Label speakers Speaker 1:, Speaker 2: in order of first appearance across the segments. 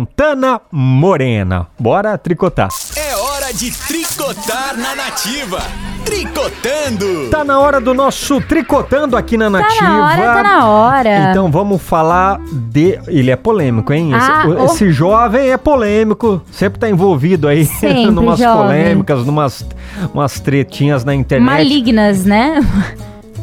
Speaker 1: Santana Morena. Bora tricotar.
Speaker 2: É hora de tricotar na nativa. Tricotando!
Speaker 1: Tá na hora do nosso tricotando aqui na Nativa.
Speaker 3: na hora, tá na hora.
Speaker 1: Então vamos falar de. Ele é polêmico, hein? Esse,
Speaker 3: Ah,
Speaker 1: o-
Speaker 3: o-
Speaker 1: esse jovem é polêmico, sempre tá envolvido aí
Speaker 3: Sempre,
Speaker 1: numas
Speaker 3: jovem.
Speaker 1: polêmicas, numas umas tretinhas na internet.
Speaker 3: Malignas, né?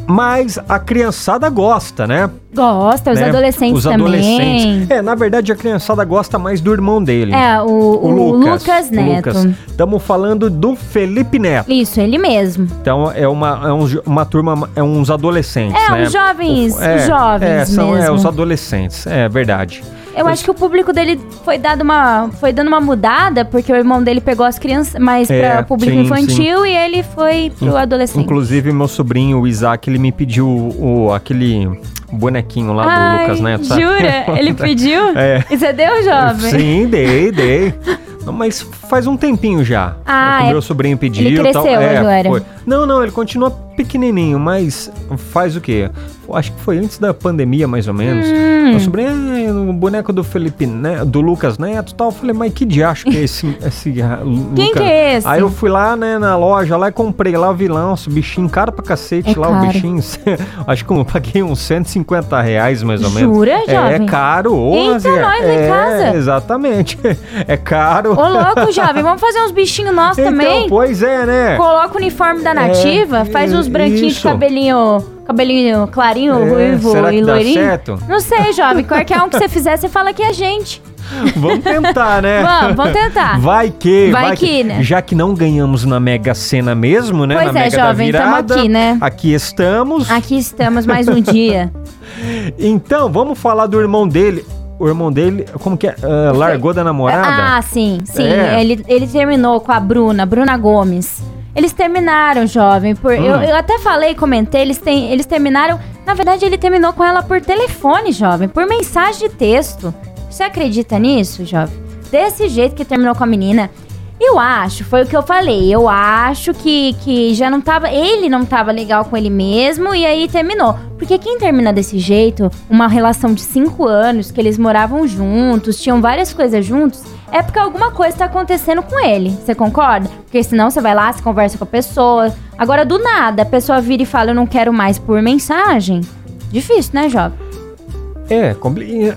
Speaker 1: Mas a criançada gosta, né?
Speaker 3: Gosta, os
Speaker 1: Né?
Speaker 3: adolescentes
Speaker 1: Os
Speaker 3: também.
Speaker 1: adolescentes. É, na verdade a criançada gosta mais do irmão dele.
Speaker 3: É, o,
Speaker 1: O
Speaker 3: o
Speaker 1: Lucas,
Speaker 3: Lucas, Neto.
Speaker 1: Estamos falando do Felipe Neto.
Speaker 3: Isso, ele mesmo.
Speaker 1: Então é uma, é uns jo- uma turma, é uns adolescentes,
Speaker 3: É,
Speaker 1: né?
Speaker 3: uns jovens,
Speaker 1: O-
Speaker 3: os jovens
Speaker 1: é, são, É,
Speaker 3: mesmo.
Speaker 1: os adolescentes, é verdade.
Speaker 3: Eu acho que o público dele foi dado uma, foi dando uma mudada, porque o irmão dele pegou as crianças mais
Speaker 1: É,
Speaker 3: pra público
Speaker 1: sim,
Speaker 3: infantil e ele foi pro adolescente.
Speaker 1: Inclusive, meu sobrinho, o Isaac, ele me pediu o, aquele bonequinho lá do
Speaker 3: Ai,
Speaker 1: Lucas Neto, sabe?
Speaker 3: jura? Ele pediu?
Speaker 1: É.
Speaker 3: E você deu, jovem?
Speaker 1: Sim, dei, dei. Não, mas faz um tempinho já.
Speaker 3: Ah,
Speaker 1: que o
Speaker 3: é.
Speaker 1: meu sobrinho pediu.
Speaker 3: Ele
Speaker 1: tal.
Speaker 3: cresceu
Speaker 1: É,
Speaker 3: agora.
Speaker 1: foi. Não, não, ele continua pequenininho, mas faz o quê? Acho que foi antes da pandemia, mais ou menos.
Speaker 3: Hum.
Speaker 1: Meu sobrinho, é, o boneco do Felipe, Ne- do Lucas Neto e tal. Eu falei, mas que diacho que é esse, esse ah, Lu-
Speaker 3: Quem
Speaker 1: Lucas?
Speaker 3: que é esse?
Speaker 1: Aí eu fui lá, né, na loja, lá e comprei lá o vilão, esse bichinho caro pra cacete
Speaker 3: É
Speaker 1: lá, o
Speaker 3: caro.
Speaker 1: bichinho. Acho que eu paguei uns 150 reais, mais ou menos.
Speaker 3: Jura,
Speaker 1: É, é
Speaker 3: jovem?
Speaker 1: caro, ô,
Speaker 3: Eita,
Speaker 1: Zé,
Speaker 3: nós lá em
Speaker 1: é,
Speaker 3: casa.
Speaker 1: Exatamente. É caro.
Speaker 3: Ô, louco, jovem, vamos fazer uns bichinhos nossos
Speaker 1: então,
Speaker 3: também?
Speaker 1: pois é, né?
Speaker 3: Coloca o uniforme da nativa,
Speaker 1: É,
Speaker 3: faz uns branquinhos de
Speaker 1: isso.
Speaker 3: cabelinho, cabelinho clarinho,
Speaker 1: É,
Speaker 3: ruivo
Speaker 1: será que
Speaker 3: e
Speaker 1: dá
Speaker 3: loirinho.
Speaker 1: certo?
Speaker 3: Não sei, jovem. Qualquer um que você fizer, você fala que é gente.
Speaker 1: Vamos tentar, né?
Speaker 3: Vamos, vamos tentar.
Speaker 1: Vai que,
Speaker 3: Vai que, né?
Speaker 1: Já que não ganhamos na Mega Sena mesmo, né?
Speaker 3: Pois
Speaker 1: na
Speaker 3: é,
Speaker 1: Mega
Speaker 3: jovem,
Speaker 1: da
Speaker 3: tamo
Speaker 1: virada,
Speaker 3: aqui, né?
Speaker 1: Aqui estamos.
Speaker 3: Aqui estamos mais um dia.
Speaker 1: Então, vamos falar do irmão dele. O irmão dele, como que é? Ah, largou da namorada?
Speaker 3: Ah, sim, sim.
Speaker 1: É.
Speaker 3: Ele, ele terminou com a Bruna, Bruna Gomes. Eles terminaram, jovem. Por,
Speaker 1: Hum.
Speaker 3: eu, eu até falei, comentei, eles, têm, eles terminaram. Na verdade, ele terminou com ela por telefone, jovem, por mensagem de texto. Você acredita nisso, jovem? Desse jeito que terminou com a menina. Eu acho, foi o que eu falei. Eu acho que, que já não tava. Ele não tava legal com ele mesmo e aí terminou. Porque quem termina desse jeito, uma relação de cinco anos, que eles moravam juntos, tinham várias coisas juntos, é porque alguma coisa tá acontecendo com ele. Você concorda? Porque senão você vai lá, você conversa com a pessoa. Agora, do nada, a pessoa vira e fala: Eu não quero mais por mensagem. Difícil, né, Jovem?
Speaker 1: É, compli-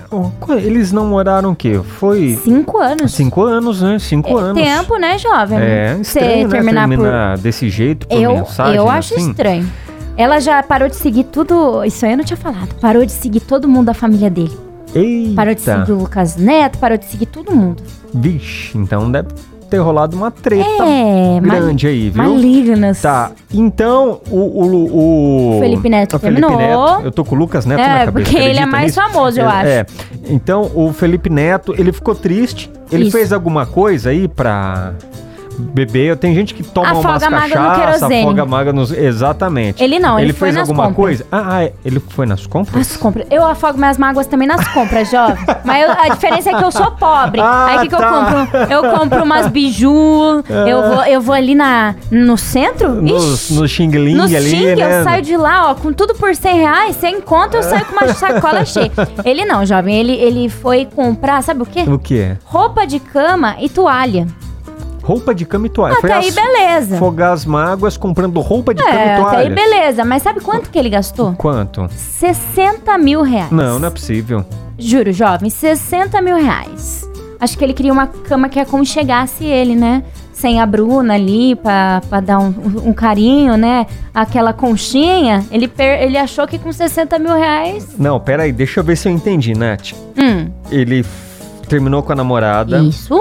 Speaker 1: eles namoraram o quê? Foi
Speaker 3: Cinco anos.
Speaker 1: cinco anos, né? Cinco anos.
Speaker 3: Tempo, né, Jovem?
Speaker 1: É,
Speaker 3: Você
Speaker 1: estranho, né?
Speaker 3: terminar
Speaker 1: Terminar,
Speaker 3: por.
Speaker 1: desse jeito, por
Speaker 3: Eu,
Speaker 1: mensagem,
Speaker 3: eu acho
Speaker 1: assim.
Speaker 3: estranho. Ela já parou de seguir tudo. Isso aí eu não tinha falado. Parou de seguir todo mundo da família dele.
Speaker 1: Eita,
Speaker 3: Parou de seguir o Lucas Neto, parou de seguir todo mundo.
Speaker 1: vixe, então deve ter rolado uma treta
Speaker 3: É, ma-
Speaker 1: tá grande aí, viu?
Speaker 3: malignas.
Speaker 1: Tá, então o... o, o-
Speaker 3: O Felipe Neto
Speaker 1: o Felipe
Speaker 3: terminou.
Speaker 1: Neto- eu tô com o Lucas Neto na
Speaker 3: É,
Speaker 1: cabeça,
Speaker 3: porque ele é
Speaker 1: acredita
Speaker 3: mais
Speaker 1: nisso?
Speaker 3: famoso, eu
Speaker 1: É, então o Felipe Neto, ele ficou triste, ele
Speaker 3: Isso.
Speaker 1: fez alguma coisa aí pra... Beber, tem gente que toma
Speaker 3: Afoga
Speaker 1: umas
Speaker 3: a maga no
Speaker 1: cachaças,
Speaker 3: querosene.
Speaker 1: afoga a maga nos... Exatamente.
Speaker 3: Ele não, ele foi
Speaker 1: fez
Speaker 3: nas
Speaker 1: alguma
Speaker 3: compras.
Speaker 1: coisa? Ah, ah, é, ele foi nas compras?
Speaker 3: As compras. Eu afogo minhas mágoas também nas compras, jovem. Mas eu- a diferença é que eu sou pobre.
Speaker 1: Ah,
Speaker 3: Aí o que, que
Speaker 1: tá. Ah.
Speaker 3: eu compro? Eu compro umas biju, eu, vou, eu vou ali na, no centro.
Speaker 1: Nos,
Speaker 3: Ixi.
Speaker 1: no Xing Ling
Speaker 3: No
Speaker 1: ali,
Speaker 3: Xing,
Speaker 1: né?
Speaker 3: eu saio de lá, ó, com tudo por 100 reais, sem conta, eu saio com uma sacola cheia. Ele não, jovem, ele, ele foi comprar, sabe o quê?
Speaker 1: O que é?
Speaker 3: Roupa de cama e toalha.
Speaker 1: Roupa de cama e toalha.
Speaker 3: Até Ah, tá aí, beleza.
Speaker 1: Fogar as mágoas comprando roupa de cama
Speaker 3: É,
Speaker 1: e toalha.
Speaker 3: até aí, beleza. Mas sabe quanto que ele gastou?
Speaker 1: Quanto?
Speaker 3: 60 mil reais.
Speaker 1: Não, não é possível.
Speaker 3: Juro, jovem, 60 mil reais. Acho que ele queria uma cama que aconchegasse ele, né? Sem a Bruna ali, pra, pra dar um, um carinho, né? Aquela conchinha. Ele, per- ele achou que com 60 mil reais.
Speaker 1: Não, peraí, deixa eu ver se eu entendi, Nath.
Speaker 3: Hum,
Speaker 1: Ele f- terminou com a namorada,
Speaker 3: isso,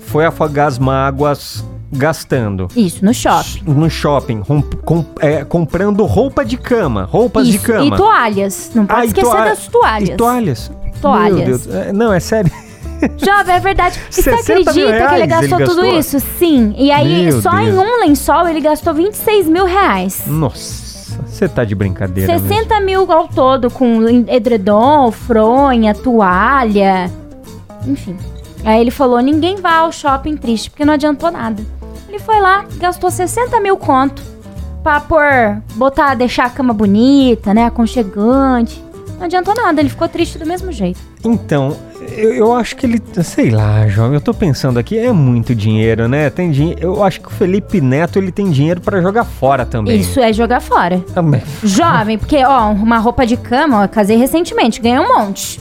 Speaker 1: foi afogar as mágoas gastando.
Speaker 3: isso, no shopping.
Speaker 1: No shopping, rom- com- é, comprando roupa de cama, roupas de
Speaker 3: Isso,
Speaker 1: cama.
Speaker 3: E toalhas. Não pode
Speaker 1: Ah, e
Speaker 3: esquecer
Speaker 1: toa-
Speaker 3: das toalhas.
Speaker 1: E toalhas.
Speaker 3: Toalhas.
Speaker 1: Meu Deus. É, Não, é sério.
Speaker 3: Jovem, é verdade. E você
Speaker 1: 60 mil
Speaker 3: acredita que
Speaker 1: reais
Speaker 3: ele gastou
Speaker 1: ele
Speaker 3: tudo
Speaker 1: gastou?
Speaker 3: isso? Sim. E aí,
Speaker 1: Meu
Speaker 3: só em
Speaker 1: Deus.
Speaker 3: um lençol, ele gastou 26 mil reais.
Speaker 1: Nossa, você tá de brincadeira. mesmo.
Speaker 3: 60 mil ao todo, com edredom, fronha, toalha, enfim. Aí ele falou, ninguém vá ao shopping triste, porque não adiantou nada. Ele foi lá, gastou 60 mil conto pra pôr, botar, deixar a cama bonita, né, aconchegante. Não adiantou nada, ele ficou triste do mesmo jeito.
Speaker 1: Então, Eu, eu acho que ele. Sei lá, jovem. Eu tô pensando aqui, é muito dinheiro, né? Tem dinheiro. Eu acho que o Felipe Neto ele tem dinheiro pra jogar fora também.
Speaker 3: Isso é jogar fora.
Speaker 1: Também.
Speaker 3: Jovem, porque, ó, uma roupa de cama, ó, casei recentemente, ganhei um monte.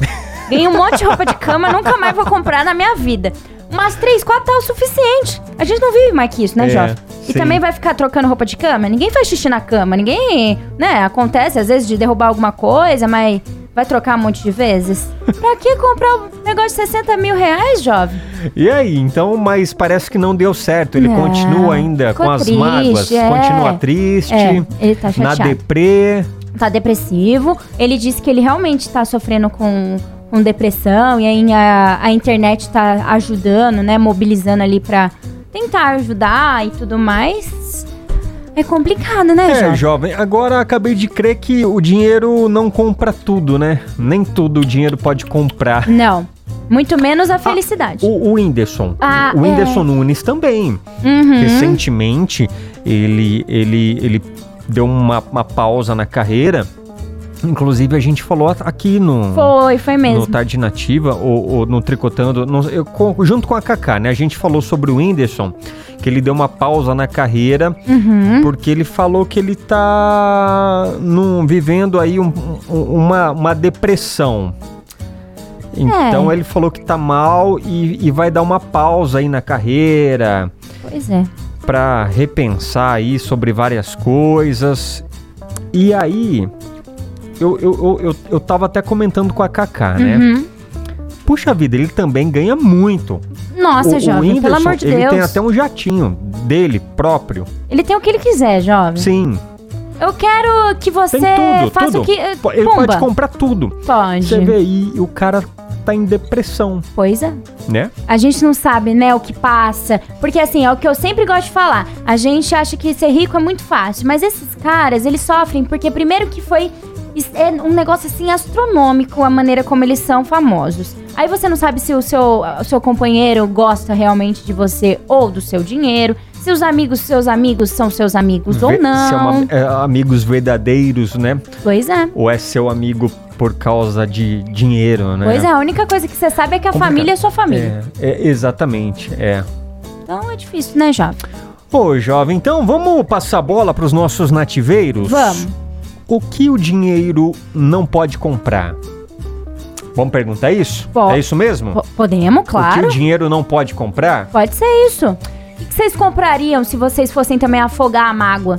Speaker 3: Ganhei um monte de roupa de cama, nunca mais vou comprar na minha vida. Umas três, quatro tá o suficiente. A gente não vive mais que isso, né,
Speaker 1: É,
Speaker 3: jovem? E
Speaker 1: sim.
Speaker 3: também vai ficar trocando roupa de cama? Ninguém faz xixi na cama, ninguém, né? Acontece às vezes de derrubar alguma coisa, mas vai trocar um monte de vezes. Pra que comprar um negócio de 60 mil reais, jovem?
Speaker 1: E aí, então, mas parece que não deu certo. Ele
Speaker 3: Não,
Speaker 1: continua ainda com
Speaker 3: ficou
Speaker 1: as
Speaker 3: triste,
Speaker 1: mágoas,
Speaker 3: é.
Speaker 1: continua triste,
Speaker 3: É, ele tá
Speaker 1: na
Speaker 3: chateado.
Speaker 1: deprê.
Speaker 3: tá depressivo. Ele disse que ele realmente tá sofrendo com, com depressão e aí a, a internet tá ajudando, né? Mobilizando ali pra tentar ajudar e tudo mais. É complicado, né,
Speaker 1: É,
Speaker 3: Jorge?
Speaker 1: jovem, agora acabei de crer que o dinheiro não compra tudo, né? Nem tudo o dinheiro pode comprar.
Speaker 3: Não. Muito menos
Speaker 1: Ah,
Speaker 3: a felicidade.
Speaker 1: O, o Whindersson.
Speaker 3: Ah,
Speaker 1: o Whindersson Nunes também.
Speaker 3: Uhum.
Speaker 1: Recentemente, ele, ele, ele deu uma, uma pausa na carreira. Inclusive, a gente falou aqui no,
Speaker 3: Foi, foi
Speaker 1: no
Speaker 3: mesmo.
Speaker 1: Tarde Nativa ou, ou no Tricotando, não- eu, com- junto com a Kaká, né? A gente falou sobre o Whindersson, que ele deu uma pausa na carreira,
Speaker 3: Uhum.
Speaker 1: porque ele falou que ele tá num, vivendo aí um- um- uma, uma depressão. Então
Speaker 3: É.
Speaker 1: ele falou que tá mal e, e vai dar uma pausa aí na carreira
Speaker 3: Pois é.
Speaker 1: pra repensar aí sobre várias coisas. E aí, eu, eu, eu, eu, eu tava até comentando com a Kaká, né?
Speaker 3: Uhum.
Speaker 1: Puxa vida, ele também ganha muito.
Speaker 3: Nossa,
Speaker 1: o, o
Speaker 3: jovem,
Speaker 1: Whindersson,
Speaker 3: pelo amor de
Speaker 1: ele
Speaker 3: Deus.
Speaker 1: tem até um jatinho dele próprio.
Speaker 3: Ele tem o que ele quiser, jovem.
Speaker 1: Sim,
Speaker 3: Eu quero que você
Speaker 1: tem tudo,
Speaker 3: faça
Speaker 1: tudo.
Speaker 3: o que. eh,
Speaker 1: Po- Ele
Speaker 3: Pumba.
Speaker 1: pode comprar tudo.
Speaker 3: Pode.
Speaker 1: Você vê aí, o cara tá em depressão,
Speaker 3: Pois é.
Speaker 1: né?
Speaker 3: A gente não sabe, né, o que passa. Porque, assim, é o que eu sempre gosto de falar. A gente acha que ser rico é muito fácil. Mas esses caras, eles sofrem porque, primeiro, que foi es- é um negócio, assim, astronômico a maneira como eles são famosos. Aí você não sabe se o seu, o seu companheiro gosta realmente de você ou do seu dinheiro. Se os amigos, seus amigos são seus amigos
Speaker 1: Vê-
Speaker 3: ou
Speaker 1: se
Speaker 3: não.
Speaker 1: é uma- é, amigos verdadeiros, né?
Speaker 3: Pois é.
Speaker 1: Ou é seu amigo por causa de dinheiro, né?
Speaker 3: Pois é, a única coisa que você sabe é que a
Speaker 1: Complicado.
Speaker 3: família é sua família.
Speaker 1: É, é, exatamente, é.
Speaker 3: Então é difícil, né, Jovem?
Speaker 1: Ô, jovem, então vamos passar a bola pros nossos nativeiros?
Speaker 3: Vamos.
Speaker 1: O que o dinheiro não pode comprar? Vamos perguntar isso?
Speaker 3: Po-
Speaker 1: é isso mesmo?
Speaker 3: Po- Podemos,
Speaker 1: O que
Speaker 3: claro.
Speaker 1: o dinheiro não pode comprar?
Speaker 3: Pode ser isso. O que que vocês comprariam se vocês fossem também afogar a mágoa?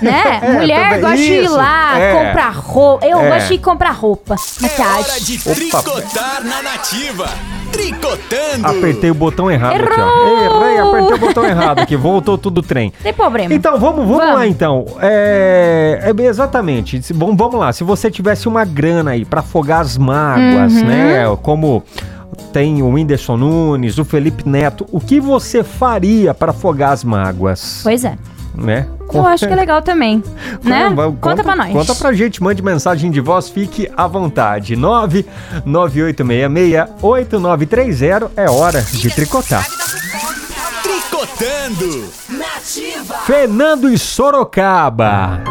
Speaker 3: Né?
Speaker 1: É,
Speaker 3: Mulher
Speaker 1: também
Speaker 3: gosta de ir
Speaker 1: isso.
Speaker 3: lá
Speaker 1: É.
Speaker 3: comprar roupa. Eu
Speaker 1: É.
Speaker 3: gosto de ir comprar roupa,
Speaker 2: É hora
Speaker 3: maquiagem.
Speaker 2: de tricotar na nativa. Tricotando.
Speaker 1: Apertei o botão errado aqui,
Speaker 3: Errou!
Speaker 1: ó. Errei, apertei o botão errado aqui. Voltou tudo o trem.
Speaker 3: Tem problema.
Speaker 1: Então, vamos, vamos,
Speaker 3: Vamos.
Speaker 1: lá, então. É, é bem- exatamente. Se- Bom, vamos lá. Se você tivesse uma grana aí pra afogar as mágoas,
Speaker 3: Uhum.
Speaker 1: né? Como tem o Whindersson Nunes, o Felipe Neto, o que você faria pra afogar as mágoas?
Speaker 3: Pois é.
Speaker 1: Né?
Speaker 3: Eu acho que é legal também. né?
Speaker 1: Vai,
Speaker 3: Conta, pra nós.
Speaker 1: Conta pra gente, mande mensagem de voz, fique à vontade. 998668930 é hora de tricotar.
Speaker 2: Tricotando.
Speaker 1: Fernando e Sorocaba.